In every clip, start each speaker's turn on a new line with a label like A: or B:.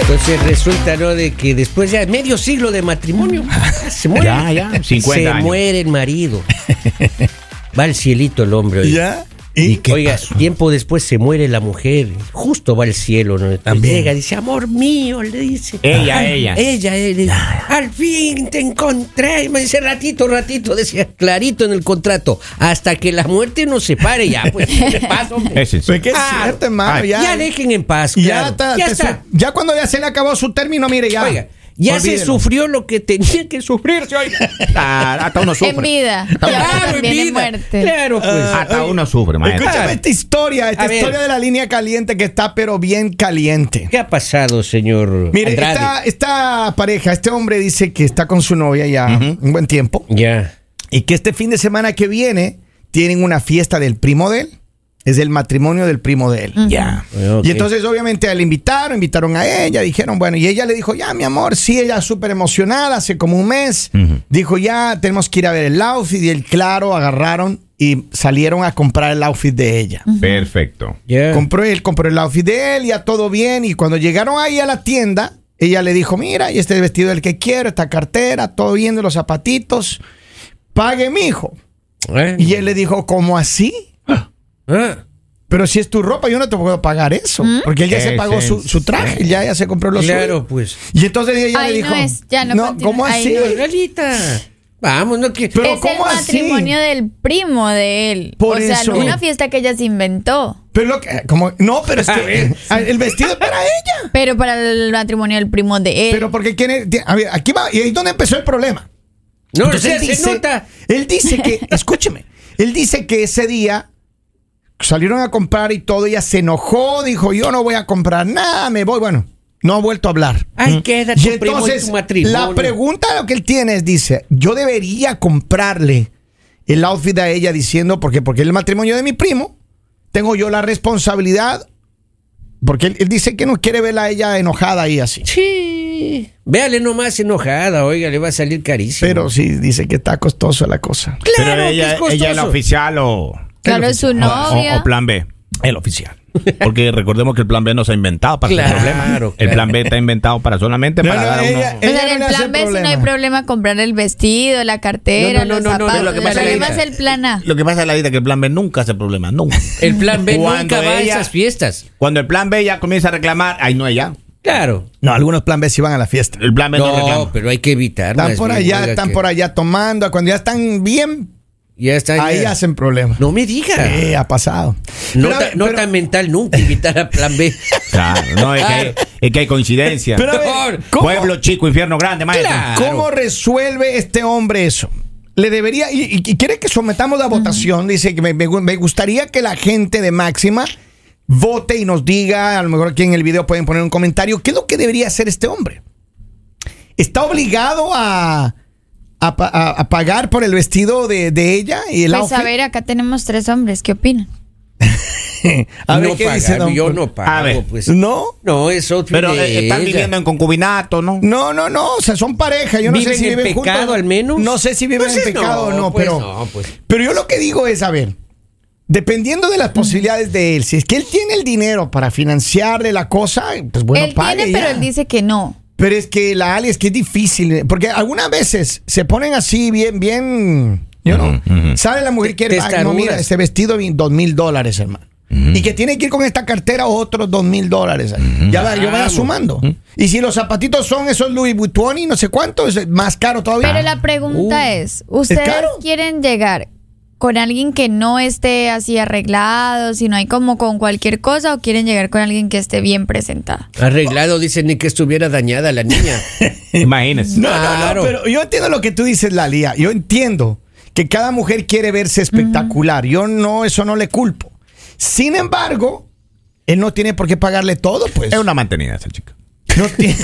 A: Entonces resulta, ¿no? De que después ya medio siglo de matrimonio, se muere.
B: Ya, ya, 50
A: se
B: años.
A: muere el marido. Va al cielito el hombre. oiga.
C: ¿Ya? ¿Y?
B: ¿Y qué
A: Oiga,
B: pasó?
A: tiempo después se muere la mujer, justo va al cielo, ¿no?
C: También.
A: Llega, dice, amor mío, le dice.
B: Ella,
A: Al-
B: ella.
A: Ella, él, dice, Al fin te encontré. Y me dice, ratito, ratito, decía, clarito en el contrato. Hasta que la muerte nos separe, ya, pues, ¿qué pasa, hombre?
B: Es en serio.
C: Pues que es
A: Claro.
C: cierto, hermano.
B: Ay,
C: Ya,
A: Ya dejen en paz,
C: Ya
A: claro.
C: está,
A: ya
C: te
A: está.
C: su- ya cuando ya se le acabó su término, mire, ya.
A: Oiga, ya se
C: Olvídelo.
A: sufrió lo que tenía que sufrirse, oiga.
B: Hasta, hasta uno sufre.
D: En vida.
A: Claro, en
D: También en
A: vida.
D: muerte.
A: Claro, pues.
C: Ah,
B: Hasta uno sufre, maestro.
C: Escúchame esta historia, esta
A: A ver.
C: historia de la línea caliente que está, pero bien caliente.
A: ¿Qué ha pasado, señor
C: Mire,
A: Andrade?
C: esta, esta pareja, este hombre dice que está con su novia ya un buen tiempo
A: Ya.
C: y que este fin de semana que viene tienen una fiesta del primo de él. Es el matrimonio del primo de él.
B: Ya.
A: Ah, Ok.
C: Y entonces obviamente le invitaron, invitaron a ella, dijeron, bueno, y ella le dijo, ya, mi amor, sí, ella súper emocionada, hace como un mes,
B: Ujú.
C: dijo, ya, tenemos que ir a ver el outfit, y él, claro, agarraron y salieron a comprar el outfit de ella.
B: Perfecto.
A: Ya.
C: Compró él, compró el outfit de él, ya todo bien, y cuando llegaron ahí a la tienda, ella le dijo, mira, y este vestido es el que quiero, esta cartera, todo bien de los zapatitos, pague mi hijo.
A: ¿Eh?
C: Y él le dijo, ¿cómo así?
A: Ah.
C: Pero si es tu ropa, yo no te puedo pagar eso.
D: ¿Mm?
C: Porque él ya se
B: Es
C: pagó su,
B: en
C: su traje, ya, ya se compró los
A: Claro, pues.
C: Y entonces ella le
D: Ahí no
C: dijo,
D: es, ya no continúa,
C: ¿cómo
D: ahí
C: así?
D: no es.
A: Margarita. Vamos, no que.
C: Pero
D: es
C: ¿cómo
D: el
C: así?
D: matrimonio del primo de él.
C: Por
D: o sea,
C: eso.
D: no una fiesta que ella se inventó.
C: Pero lo que- como, no, pero es
A: A ver.
C: que el vestido es para ella.
D: Pero para el matrimonio del primo de él.
C: Pero porque quiere, ti- a ver, aquí va, y ahí es donde empezó el problema.
A: no, o
C: Entonces
A: sea,
C: él
A: se
C: dice-
A: nota.
C: Él dice que, escúcheme, él dice que ese día salieron a comprar y todo, ella se enojó, dijo, yo no voy a comprar nada, me voy, bueno, no ha vuelto a hablar.
A: Ay, queda
C: Mm. Y
A: tu primo en
C: entonces,
A: tu matrimonio.
C: la pregunta lo que él tiene es, dice, yo debería comprarle el outfit a ella diciendo, porque porque es el matrimonio de mi primo, tengo yo la responsabilidad, porque él, él dice que no quiere verla a ella enojada y así.
A: Sí. Véale nomás enojada, oiga, le va a salir carísimo.
C: Pero sí, dice que está costosa la cosa.
A: Claro
B: Pero
A: que
B: ella,
A: es costoso.
B: ella es la oficial o,
D: claro, es
C: Ah,
D: su
B: o-
D: novia.
B: o- o plan B.
C: El oficial.
B: Porque recordemos que el plan B no se ha inventado para
A: Claro,
B: el problema. El
A: claro.
B: plan B está inventado para solamente para dar a uno-
D: O sea, en el plan B si no hay problema comprar el vestido, la cartera,
A: No, no,
D: los
A: no, no, no,
D: zapatos.
A: lo que
D: el
A: pasa es que-
D: problema es el plan A.
B: Lo que pasa es la vida que el plan B nunca hace problema, nunca.
A: El plan B
B: Cuando
A: nunca va a
B: ella-
A: esas fiestas.
B: Cuando el plan B ya comienza a reclamar, ay no ella.
A: Claro.
C: No, algunos plan B sí van a la fiesta.
B: El plan B no,
A: No,
B: reclama.
A: pero hay que evitar.
C: Están
A: más
C: por
A: bien,
C: allá,
A: oiga,
C: están
A: que-
C: por allá tomando, cuando ya están bien,
A: Ya está.
C: ahí
A: ya.
C: hacen problemas.
A: No me digas.
C: Sí, ha pasado.
A: Nota,
C: Eh, Pero-
A: nota
C: pero-
A: mental nunca invitar a plan B.
B: Claro, no, es que, hay, es que hay coincidencia.
C: Pero
A: a ver,
C: ¿cómo?
B: Pueblo chico, infierno grande, maestro.
A: Claro.
C: ¿Cómo resuelve este hombre eso? Le debería, y, y- y quiere que sometamos la votación, dice que me, me gu- me gustaría que la gente de Máxima vote y nos diga, a lo mejor aquí en el video pueden poner un comentario, ¿qué es lo que debería hacer este hombre? ¿Está obligado a, a pa- a- a pagar por el vestido de, de ella y el
D: Pues
C: outfit?
D: a ver, acá tenemos tres hombres, ¿qué opinan?
C: A ver
A: no
C: qué
A: pagar,
C: dice don
A: yo
C: Pol-
A: no pago.
B: A ver,
A: pues.
C: ¿No?
A: No, es otro.
B: Pero
A: de
B: eh, están
A: ella.
B: viviendo en concubinato, ¿no?
C: No, no, no, o sea, son pareja. Yo no
A: ¿Viven
C: sé si
A: en
C: viven juntos.
A: pecado, al menos?
C: No sé si viven
A: Entonces,
C: en pecado o no,
A: pues,
C: pero.
A: no, pues.
C: Pero yo lo que digo es, a ver, dependiendo de las posibilidades de él, si es que él tiene el dinero para financiarle la cosa, pues bueno,
D: él
C: pague
D: tiene,
C: ya.
D: pero él dice que no.
C: Pero es que la Ali es que es difícil, eh, porque algunas veces se ponen así bien, bien, yo no.
B: Ujú, ujú.
C: Sale la mujer que quiere, "Ay, no,
A: Testarudas.
C: mira, este vestido vi- dos mil dólares, hermano. Y que tiene que ir con esta cartera otros dos mil dólares. Ya va, yo vaya
A: Vamos.
C: sumando. Y si los zapatitos son esos Louis Vuitton y no sé cuánto, es más caro todavía.
D: Pero la pregunta
A: Uh,
D: es, ¿ustedes
C: caro?
D: quieren llegar con alguien que no esté así arreglado, si no hay como con cualquier cosa, o quieren llegar con alguien que esté bien presentada?
A: Arreglado, dicen ni que estuviera dañada la niña.
B: Imagínense.
C: No, no,
A: Claro.
C: no, pero yo entiendo lo que tú dices, Lalía. Yo entiendo que cada mujer quiere verse espectacular. Yo no, eso no le culpo. Sin embargo, él no tiene por qué pagarle todo, pues.
B: Es una mantenida esa chica.
C: No tiene-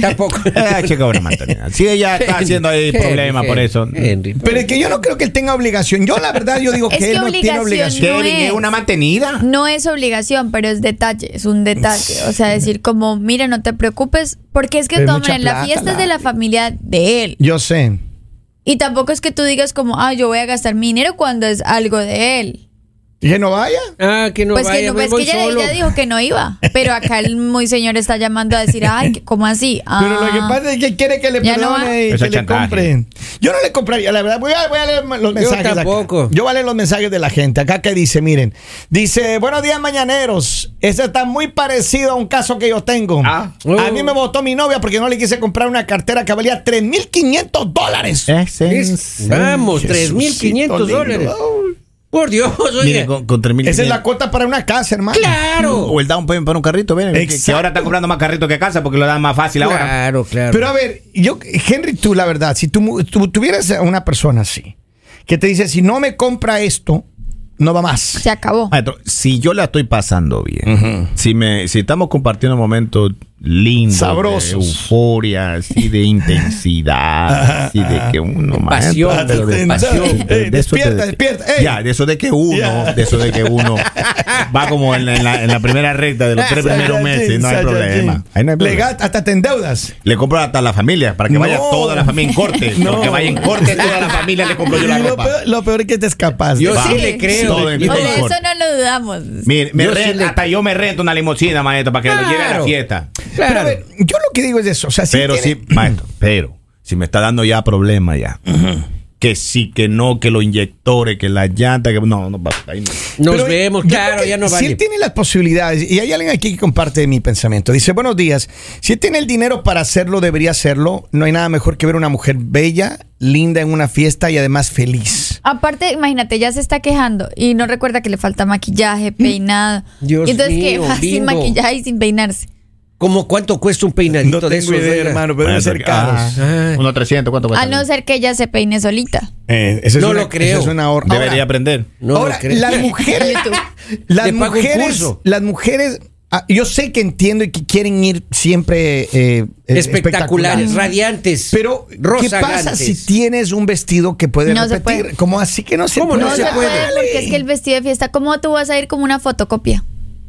A: Tampoco.
B: Esa Ah, chica es una mantenida. Si ella está haciendo ahí
A: Henry,
B: problemas por
A: Henry,
B: eso.
A: Henry, por
C: pero es que yo no creo que él tenga obligación. Yo, la verdad, yo digo
D: Es
C: que él
D: que
C: no tiene
D: obligación,
C: obligación.
D: no
B: Kevin, es
D: es.
B: una mantenida.
D: No es obligación, pero es detalle, es un detalle. O sea, decir como, mira, no te preocupes, porque es que
C: Pero es mucha
D: tomen, la
C: plata,
D: fiesta es de
C: la-
D: la familia de él.
C: Yo sé.
D: Y tampoco es que tú digas como, ah, yo voy a gastar mi dinero cuando es algo de él.
C: Dije, no vaya.
A: Ah, que no
D: pues
A: vaya,
D: que no,
A: me
D: pues
A: voy
D: que ella,
A: solo.
D: ella dijo que no iba. Pero acá el muy señor está llamando a decir, ay, que- ¿cómo así? Ah,
C: Pero lo que pasa es que quiere que le
D: Ya no
C: perdone
D: va.
C: y
B: Eso
C: que
B: es
C: le
B: chantaje.
C: compren. Yo no le compraría, la verdad. Voy a, voy a leer los mensajes. acá.
A: tampoco.
C: Yo voy a leer los mensajes de la gente. Acá que dice, miren. Dice, buenos días, mañaneros. Este está muy parecido a un caso que yo tengo.
B: Ah.
A: Oh.
C: A mí me votó mi novia porque no le quise comprar una cartera que valía 3.500 dólares.
B: Es en
A: Es- vamos,
B: serio.
A: 3.500
B: Jesucito
A: dólares.
B: lindo.
A: Por Dios, oye.
B: Mire, con, con 3.500.
C: Esa es la cuota para una casa, hermano.
A: claro.
B: O el down payment para un carrito, miren. Que,
C: Exacto.
B: que ahora está comprando más carrito que casa porque lo dan más fácil ahora.
A: Claro, claro.
C: Pero a ver, yo, Henry, tú, la verdad, si tú, mu- tú tuvieras a una persona así, que te dice, si no me compra esto, no va más.
D: Se acabó.
B: Maestro, si yo la estoy pasando bien, si me, si estamos compartiendo momentos lindos,
C: Sabrosos.
B: de euforia, así de intensidad, así de que uno
A: Pasión,
B: maestro,
A: de
B: pero
A: pasión.
B: pero
C: Ah, Ey,
B: eso
C: despierta, despierta, ey.
B: Ya, de eso de que uno,
C: Ya.
B: de eso de que uno va como en la, en la- en la primera recta de los tres primeros meses, no hay problema. Ahí no hay problema.
C: Legal, hasta te endeudas.
B: Le compro hasta a la familia, para que
C: No.
B: vaya toda la familia en corte.
C: No.
B: Que vaya en corte toda la familia, le compro yo la
C: Y lo,
B: ropa.
C: peor, lo peor es que te escapas.
A: Yo
B: Va.
A: sí le creo.
B: Todo en
A: Yo-
D: O sea,
B: mejor.
D: eso no lo dudamos.
B: Mire, me
A: Yo sí
B: rento-
A: le-
B: hasta yo me rento una limusina, maestro, para que lo lleve a la
A: Claro.
B: fiesta.
C: Pero a
A: Claro.
C: ver, yo lo que digo es eso. O sea, si
B: pero
C: tiene-
B: sí, maestro, pero si me está dando ya problema ya. Que sí, que no, que los inyectores, que las llantas, que no, no, papá, ahí no.
A: Nos
C: Pero
A: vemos,
C: yo
A: claro,
C: creo que
A: ya no
C: Si él
A: vale.
C: tiene las posibilidades, y hay alguien aquí que comparte mi pensamiento. Dice, buenos días. Si él tiene el dinero para hacerlo, debería hacerlo. No hay nada mejor que ver una mujer bella, linda en una fiesta y además feliz.
D: Aparte, imagínate, ya se está quejando y no recuerda que le falta maquillaje, peinado.
A: Dios
D: Y Entonces, ¿qué?
A: mío,
D: Va
A: bingo.
D: sin maquillaje y sin peinarse.
A: ¿Cómo cuánto cuesta un peinadito de esos? oiga?
C: pero deben
B: Maestro,
C: ser
B: que-
C: caros.
B: ah, uno 300, ¿cuánto cuesta?
D: A no ser que ella se peine solita.
C: Eh, esa es
A: No
C: una-
A: lo creo.
C: esa es una hor-
B: Debería
C: Ahora,
B: aprender.
A: No
C: Ahora,
A: lo creo.
C: las mujeres,
A: Le
C: las
A: pago un
C: mujeres,
A: curso.
C: las mujeres, ah, yo sé que entiendo y que quieren ir siempre eh, eh,
A: espectaculares,
C: espectacular.
A: radiantes.
C: Pero, ¿qué pasa
A: rozagantes.
C: si tienes un vestido que puede
D: No se
C: repetir?
D: puede.
C: ¿Cómo así que no se
A: ¿Cómo
C: puede?
A: No
D: No,
A: se
D: se puede,
A: puede.
D: porque es que el vestido de fiesta, ¿cómo tú vas a ir como una fotocopia?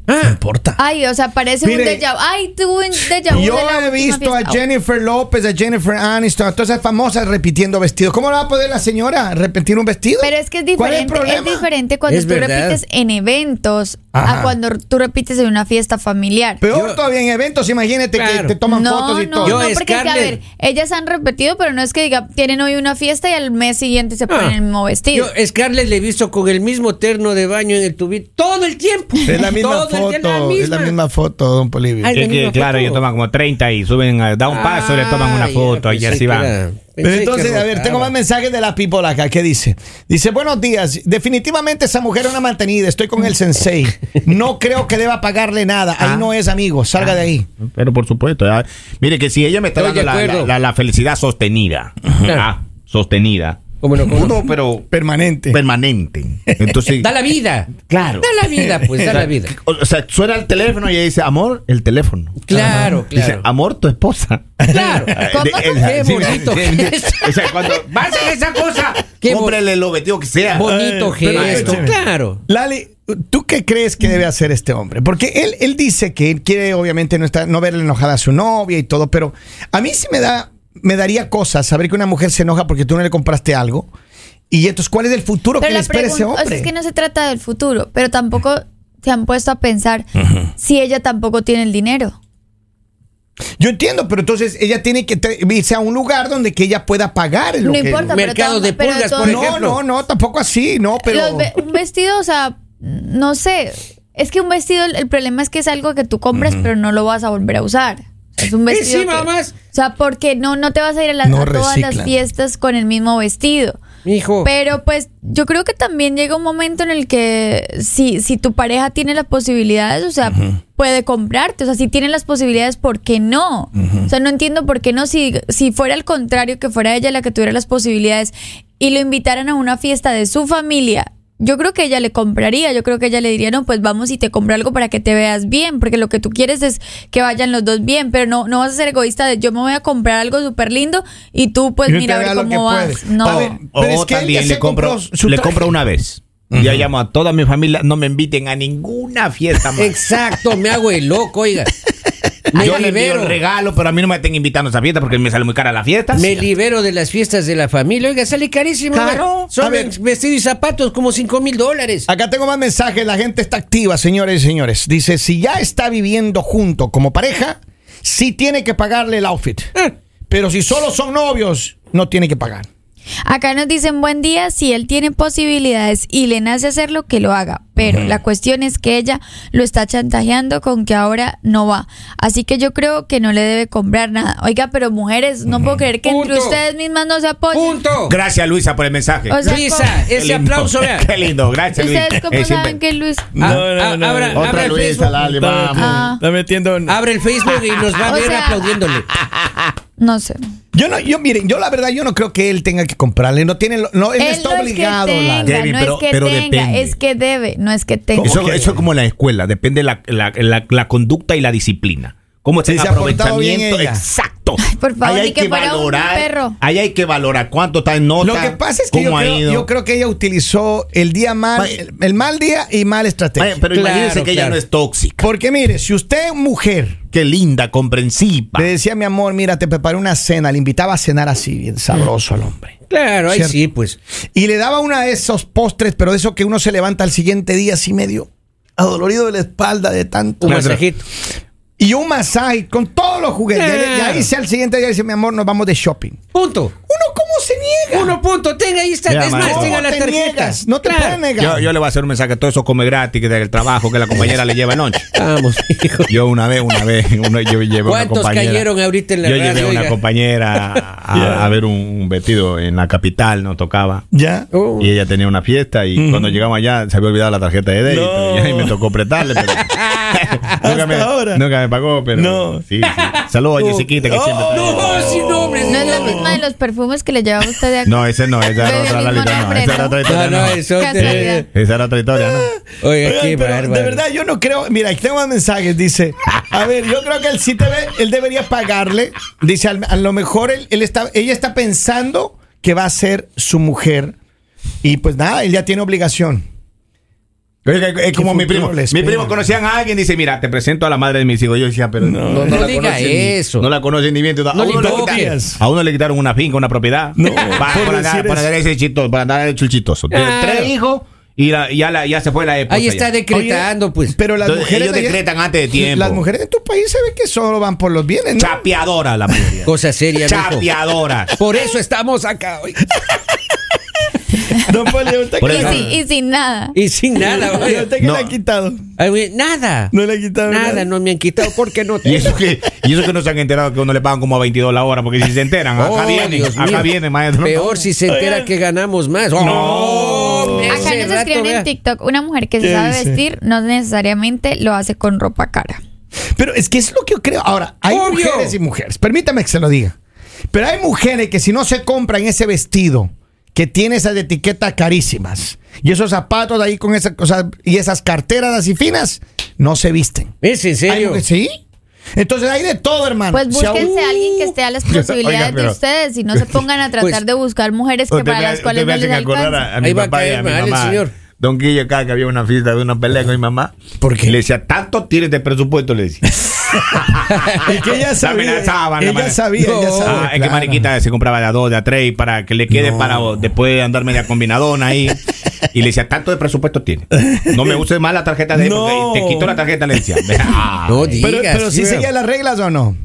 C: No
A: Ah,
C: importa.
D: Ay, o sea, parece
C: Mire,
D: un déjà vu. Ay, tú un déjà vu. de
C: Yo
D: la
C: he
D: última
C: visto a
D: fiesta. Ah,
C: Jennifer López, a Jennifer Aniston, a todas esas famosas repitiendo vestidos. ¿Cómo va a poder la señora repetir un vestido?
D: Pero es que es
C: ¿Cuál el
D: diferente, es,
C: problema?
D: diferente cuando
A: Es
D: tú
A: verdad.
D: repites en eventos
C: Ajá.
D: a cuando tú repites en una fiesta familiar.
C: Peor
A: Yo-
C: todavía en eventos, imagínate que
A: Claro.
C: te toman fotos y
D: no,
C: todo.
A: Yo,
D: No, porque es que, a
A: Scarlett-
D: ver, ellas han repetido, pero no es que diga, tienen hoy una fiesta y al mes siguiente se ponen
A: Ah.
D: el mismo vestido.
A: Yo, Scarlett le he visto con el mismo terno de baño en el tubito todo el tiempo.
C: Es la misma
A: Todo el-
C: foto, es la misma foto, don Polivio.
A: Ay,
B: Es que,
A: Una
B: claro,
A: foto.
B: ellos toman como 30 y suben, a- da un paso, le toman una
A: Ah, ya,
B: foto y
A: pensé
B: así
A: que
B: van.
A: era- pensé
C: Pero
A: que
C: entonces, a ver,
A: rotaba.
C: tengo más mensajes de la people acá. ¿Qué dice? Dice, buenos días. Definitivamente esa mujer es una mantenida. Estoy con el sensei. No creo que deba pagarle nada. Ahí
B: Ah.
C: no es, amigo. Salga de ahí.
B: Pero por supuesto, ah, mire que si ella me está
A: Estoy
B: dando
A: de
B: la,
A: acuerdo.
B: la- la- la felicidad sostenida,
A: Claro.
B: ah, sostenida,
A: Como no, como no.
B: uno pero
C: Permanente.
B: permanente. Entonces,
A: Da la vida.
B: Claro.
A: Da la vida, pues, da la vida.
B: O, o sea, suena el teléfono y ella dice, amor, el teléfono.
A: Claro,
B: Dice,
A: claro.
B: amor, tu esposa.
A: Claro.
D: ¿Cómo?
B: De-
A: Qué
B: sí,
A: bonito.
B: sí, sí. O sea, cuando vas a esa cosa,
A: Qué
B: cómprale lo vestido que sea.
A: Bonito
B: Ay, pero
A: gesto.
B: escúcheme.
A: Claro.
C: Lali, ¿tú qué crees que debe hacer este hombre? Porque él, él dice que él quiere, obviamente, no, estar, no verle enojada a su novia y todo, pero a mí sí me da, me daría cosas saber que una mujer se enoja porque tú no le compraste algo. Y entonces, ¿cuál es el futuro
D: pero
C: que le
D: la
C: espera a ese
D: pregunta, o
C: hombre?
D: sea, es que no se trata del futuro, pero tampoco se han puesto a pensar si ella tampoco tiene el dinero.
C: Yo entiendo, pero entonces ella tiene que te- irse a un lugar donde que ella pueda pagar. lo
D: No
C: que-
D: importa, pero
A: Mercado
D: todo-
A: de
D: pero
A: pulgas,
D: todo-
A: por
C: No,
A: ejemplo.
C: no, no, tampoco así, no, pero.
D: Los ve- un vestido, o sea, no sé. Es que un vestido, el, el problema es que es algo que tú compras, pero no lo vas a volver a usar. Es un vestido.
A: Encima
D: que-
A: más.
D: O sea, porque no, no te vas a ir a, las-
C: No
D: a todas las
C: reciclan.
D: fiestas con el mismo vestido.
A: Mijo.
D: Pero pues yo creo que también llega un momento en el que si, si tu pareja tiene las posibilidades, o sea, puede comprarte, o sea, si tiene las posibilidades, ¿por qué no? O sea, no entiendo por qué no, si, si fuera al contrario, que fuera ella la que tuviera las posibilidades y lo invitaran a una fiesta de su familia. Yo creo que ella le compraría, yo creo que ella le diría, no, pues vamos y te compro algo para que te veas bien, porque lo que tú quieres es que vayan los dos bien, pero no, no vas a ser egoísta de yo me voy a comprar algo súper lindo y tú pues
C: Y no te
D: mira a ver
C: haga lo que
D: cómo vas.
C: puedes.
D: No.
C: A ver,
B: O
C: Pero es que él ya
B: también
C: se
B: le compro,
C: compró su
B: le
C: traje.
B: compro una vez. Yo llamo a toda mi familia, no me inviten a ninguna fiesta más.
A: Exacto, me hago el loco, oiga. Me
B: yo le envío
A: libero.
B: el regalo, pero a mí no me estén invitando a esa fiesta porque me sale muy cara la fiesta.
A: Me libero de las fiestas de la familia. Oiga, sale carísimo. oiga.
C: Claro. A
A: Son
C: ver.
A: vestidos y zapatos como 5 mil dólares.
C: Acá tengo más mensajes, la gente está activa, señores y señores. Dice, si ya está viviendo junto como pareja, sí tiene que pagarle el outfit.
A: Ah.
C: Pero si solo son novios, no tiene que pagar.
D: Acá nos dicen buen día, si él tiene posibilidades y le nace hacerlo, que lo haga. Pero la cuestión es que ella lo está chantajeando con que ahora no va. Así que yo creo que no le debe comprar nada. Oiga, pero mujeres, no puedo creer que entre
A: Punto.
D: ustedes mismas no se apoyen.
A: Punto.
B: Gracias, Luisa, por el mensaje.
D: O sea,
A: Luisa,
B: Qué
A: ese
B: lindo.
A: aplauso, vea.
B: Qué lindo, gracias, Luisa.
D: ¿Ustedes cómo
B: Es siempre-
D: saben que Luis...
A: Ah,
E: No, no,
A: ah,
E: no,
A: abra,
E: no.
A: abra
B: Otra
A: el
B: Luisa,
A: Facebook.
B: dale,
E: Está-
B: vamos.
D: Ah.
E: Está metiendo en-
A: Abre el Facebook y nos va a
D: O
A: ver
D: sea-
A: aplaudiéndole.
D: No sé.
C: Yo no, yo miren, yo la verdad yo no creo que él tenga que comprarle, no tiene, no, él, no está
D: no
C: obligado.
D: Es que tenga,
C: Lalo.
B: Debbie,
D: no
B: pero-
D: es que
B: pero
D: tenga,
B: depende.
D: es que debe, no es que tenga.
B: Eso,
C: Ok.
B: eso es como la escuela, depende la, la, la, la conducta y la disciplina. ¿Cómo está
C: Si
B: el
C: se ha portado bien
B: aprovechamiento?
C: ella.
B: Exacto.
D: por favor,
B: Ahí
D: ni que fuera un perro.
B: Ahí hay que valorar cuánto está en nota.
C: Lo que pasa es que
B: cómo
C: yo
B: ha
C: creo,
B: ido.
C: yo creo que ella utilizó el día mal,
B: Vaya.
C: el, el mal día y mal estrategia.
B: Vaya, pero
A: Claro,
B: imagínense que ella
A: claro.
B: no es tóxica.
C: Porque mire, si usted mujer
B: Qué linda, comprensiva.
C: le decía mi amor, mira, te preparé una cena, le invitaba a cenar así, bien sabroso al hombre.
A: Claro, ahí
C: Cierto.
A: sí, pues.
C: Y le daba una de esos postres, pero de eso que uno se levanta al siguiente día así medio adolorido de la espalda de tanto.
A: Un masajito.
C: Y un masaje con todos los juguetes. Ya le- Ya
A: Claro.
C: hice al siguiente día, dice mi amor, nos vamos de shopping.
A: Punto.
C: Uno, ¿cómo se niega?
A: Uno punto. Tenga ahí está.
B: Mira,
A: es
B: maestro.
A: más, tenga
C: No
A: las
C: te
A: tarjetas.
C: niegas, no te
A: Claro.
C: puedes negar.
B: Yo, yo le voy a hacer un mensaje a todos esos come gratis que del trabajo que la compañera le lleva noche.
A: Vamos, hijo.
B: Yo una vez, una vez, una- yo llevé una
A: ¿Cuántos
B: compañera.
A: cayeron ahorita en la
B: Yo
A: radio,
B: llevé a una
A: oiga?
B: compañera a, a ver un, un vestido en la capital, nos tocaba.
C: Ya.
A: Oh.
B: Y ella tenía una fiesta y cuando llegamos allá se había olvidado la tarjeta de débito
E: No.
B: y ahí me tocó prestarle. pero- nunca, me,
E: ahora.
B: nunca me pagó, pero
E: No.
B: sí, sí. Saludos a Jessiquita que siempre está-
A: No, sin nombres.
D: No es la misma de los perfumes que le llevaba usted de acá.
B: No, ese no, esa era
D: Pero
B: otra
D: el
B: la
D: mismo
B: historia, no,
D: nombre,
B: esa era
D: ¿no?
B: otra
A: No,
B: historia,
A: Ah, no,
B: no.
A: eso
D: Casualidad.
A: te...
B: Esa era otra historia, ¿no?
A: Oiga,
C: Oigan,
A: qué
C: pero de
A: bárbaro.
C: verdad yo no creo, mira, aquí tengo más mensajes, dice, a ver, yo creo que él sí te ve, él debería pagarle, dice, al- a lo mejor él, él está, ella está pensando que va a ser su mujer y pues nada, él ya tiene obligación.
B: Oiga, es como
C: ¿Qué
B: mi primo.
C: futuro les
B: Mi
C: espera?
B: primo conocían a alguien y dice, mira, te presento a la madre de mis hijos. Yo decía, pero no,
A: No, no diga eso.
B: Ni, no la conocen ni bien. Entonces,
A: No
B: a,
A: le
B: uno le
A: toques.
B: quitaron, a uno le quitaron una finca, una propiedad. para,
E: por
B: para,
E: decir
B: andar, para
E: eso.
B: andar ese chito- para andar de chulchitoso. Tiene
A: Claro.
B: Tres hijos y la- ya, la- ya se fue la época.
A: Ahí está decretando, pues.
C: Pero las
B: Entonces,
C: mujeres
B: ellos
C: de allá-
B: decretan antes de tiempo.
C: Las mujeres de tu país se ve que solo van por los bienes, ¿no?
B: Chapeadora la mayoría.
A: Cosa seria, mijo.
B: Chapeadora.
A: Por eso estamos acá hoy.
C: Don Poli, ahorita
B: Por
C: que-
D: Y,
B: eso-
D: sin- y sin nada.
A: Y sin nada, oiga.
C: ahorita que
B: No.
C: le han quitado.
A: Ay, güey, Nada.
C: No le han quitado
A: Nada,
C: nada.
A: no me han quitado porque no
B: Y
A: tengo.
B: eso, que, y eso que no se han enterado que uno le pagan como a 22 la hora, porque si se enteran, acá
A: Oh,
B: vienen,
A: Dios
B: acá
A: mío.
B: vienen, maestro.
A: Peor si se entera que ganamos más. Oh, no,
D: Acá nos escriben en TikTok, una mujer que se
C: ¿Qué
D: sabe
C: dice?
D: vestir no necesariamente lo hace con ropa cara.
C: Pero es que es lo que yo creo. Ahora, hay
A: Obvio.
C: mujeres y mujeres. Permítame que se lo diga. Pero hay mujeres que si no se compran ese vestido que tiene esas etiquetas carísimas y esos zapatos ahí con esas cosas y esas carteras así finas, no se visten.
A: ¿Es en
C: Hay
A: serio?
C: mujeres- ¿Sí? Entonces hay de todo, hermano.
D: Pues
C: Si a
D: búsquense
C: un-
D: a alguien que esté a las
B: Oiga,
D: posibilidades de
B: pero-
D: ustedes y no se pongan a tratar
A: Pues-
D: de buscar mujeres que
B: Usted
D: para
B: me-
D: las
B: usted
D: cuales
B: me
D: no
B: hace
D: les
B: que acordar
D: alcanza.
B: a, a mi
A: Ahí va a
B: papá y
A: caer
B: a mi
A: mal el
B: mamá.
A: señor.
B: Don Guillo acá que había una fiesta de una pelea con mi mamá.
C: ¿Por qué?
B: Le decía, tantos tienes de presupuesto, le decía.
C: Y que ella sabía.
B: amenazaban, la
C: ella
B: madre.
C: sabía, ella
A: No.
C: sabía.
B: Ah, es que
C: claro.
B: Mariquita se compraba de a dos, de a tres, para que le quede para después andar media combinadona ahí. Y le decía, tanto de presupuesto tiene. No me uses más la tarjeta de
E: No.
B: porque te quito la tarjeta, le decía. Ah,
A: No digas.
C: Pero, pero si
A: tío.
C: seguía las reglas o no.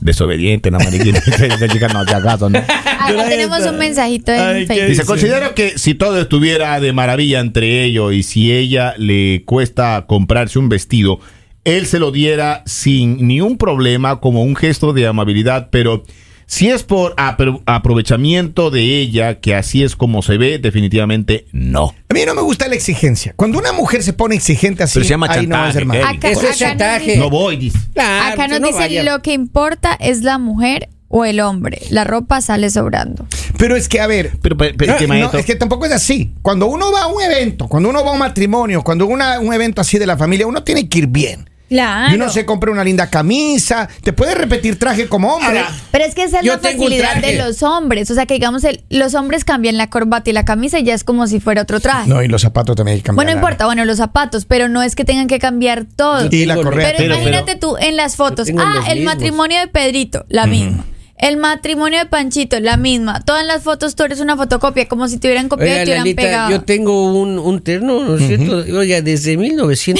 B: Desobediente, la mariquita. Esa chica no te acaso, ¿no?
D: Acá tenemos un mensajito en
E: Ay, qué
D: Facebook.
B: Dice,
E: Sí.
B: considero que si todo estuviera de maravilla entre ellos y si ella le cuesta comprarse un vestido, él se lo diera sin ni un problema como un gesto de amabilidad, pero si es por apro- aprovechamiento de ella, que así es como se ve, definitivamente no.
C: A mí no me gusta la exigencia. Cuando una mujer se pone exigente así,
B: Pero se llama
C: ahí no va a ser
B: chantaje,
C: mal.
B: Kevin.
D: Acá,
A: Eso es
D: acá nos
A: chantaje.
D: dice-
B: No voy, dice.
A: Claro,
D: acá nos
A: Ah, no
D: dicen
A: vaya.
D: lo que importa es la mujer o el hombre. La ropa sale sobrando.
C: Pero es que, a ver,
B: Pero, pero- pero es que,
C: No, no,
B: maestro,
C: es que tampoco es así. Cuando uno va a un evento, cuando uno va a un matrimonio, cuando una, un evento así de la familia, uno tiene que ir bien.
D: Claro.
C: Y uno se compra una linda camisa. Te puedes repetir traje como hombre.
B: Ahora,
D: Pero es que esa es
A: Yo
D: la
A: tengo un
D: facilidad
A: traje.
D: de los hombres. O sea, que digamos, el- los hombres cambian la corbata y la camisa y ya es como si fuera otro traje.
C: No, y los zapatos también hay que cambiar.
D: bueno, no importa, bueno, los zapatos, pero no es que tengan que cambiar todo.
C: Y la
A: Pero
C: correa.
D: Pero,
B: Pero-
D: imagínate tú en las fotos.
A: Yo tengo
D: Ah,
A: los
D: el
A: mismos.
D: matrimonio de Pedrito, la misma. El matrimonio de Panchito, la misma. Todas las fotos tú eres una fotocopia, como si te hubieran copiado y
A: Oiga,
D: te hubieran
A: Lalita,
D: pegado.
A: yo tengo un, un terno, ¿no es cierto? Oiga, desde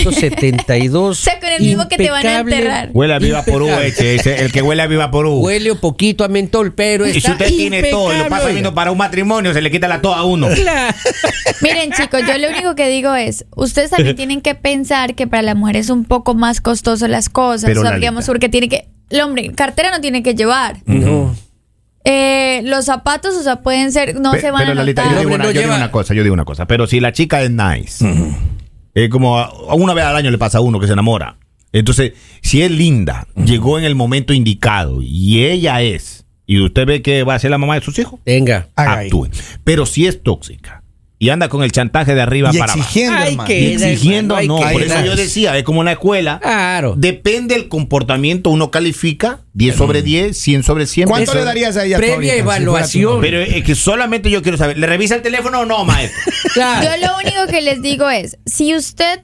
A: 1972.
D: O sea, con el mismo que te van a
A: impecable,
D: enterrar.
B: Huele a viva por eh, U,
A: impecable.
B: ese, ese, el que huele a viva por U.
A: Huele un poquito a mentol, pero está
B: y si usted tiene todo y lo
A: impecable,
B: pasa
A: oiga.
B: viendo para un matrimonio, se le quita la toa a uno.
A: Claro.
D: Miren, chicos, yo lo único que digo es, ustedes también tienen que pensar que para la mujer es un poco más costoso las cosas.
B: Pero,
D: o sea,
B: Lalita. Mm.
D: digamos, porque tiene que. El hombre, cartera no tiene que llevar.
A: No.
D: Eh, los zapatos, o sea, pueden ser, no
B: Pe-
D: se van
B: pero
D: a
B: Lalita,
D: notar.
B: yo,
A: El
B: digo
A: hombre
B: una,
A: no
B: yo digo
A: lleva-
B: una cosa, yo digo una cosa. Pero si la chica es nice, eh, como a- a una vez al año le pasa a uno que se enamora. Entonces, si es linda, llegó en el momento indicado y ella es, y usted ve que va a ser la mamá de sus hijos,
A: Venga.
C: Haga ahí.
B: actúe. Pero si es tóxica y anda con el chantaje de arriba
C: Y
B: para abajo.
C: exigiendo,
A: Ay,
C: hermano.
A: qué-
B: Y exigiendo
A: Hay
B: no.
A: que-
B: Por
C: hay
B: eso
C: que-
B: yo decía, es como en la escuela.
A: Claro.
B: Depende del comportamiento, uno califica 10 sobre 10, 100 sobre 100.
C: ¿Cuánto
B: Eso-
C: le darías a ella? tú
A: Previa
C: ahorita, si fuera tu
A: evaluación.
C: novio?
B: Pero es que solamente yo quiero saber, ¿le revisa el teléfono o no, maestro?
A: Claro.
D: Yo lo único que les digo es, si usted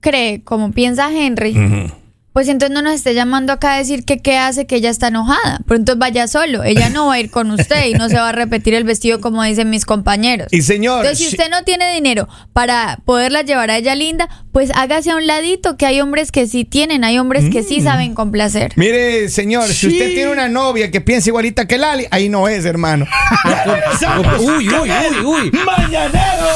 D: cree, como piensa Henry, pues entonces no nos esté llamando acá a decir que qué hace que ella está enojada. Pero entonces vaya solo, ella no va a ir con usted y no se va a repetir el vestido como dicen mis compañeros.
C: Y señor,
D: Entonces, si
C: si-
D: usted no tiene dinero para poderla llevar a ella linda, pues hágase a un ladito, que hay hombres que sí tienen, hay hombres que sí saben complacer.
C: Mire, señor, si usted tiene una novia que piensa igualita que Lali, ahí no es, hermano.
A: Uy, uy, uy, uy.
E: El mañanero.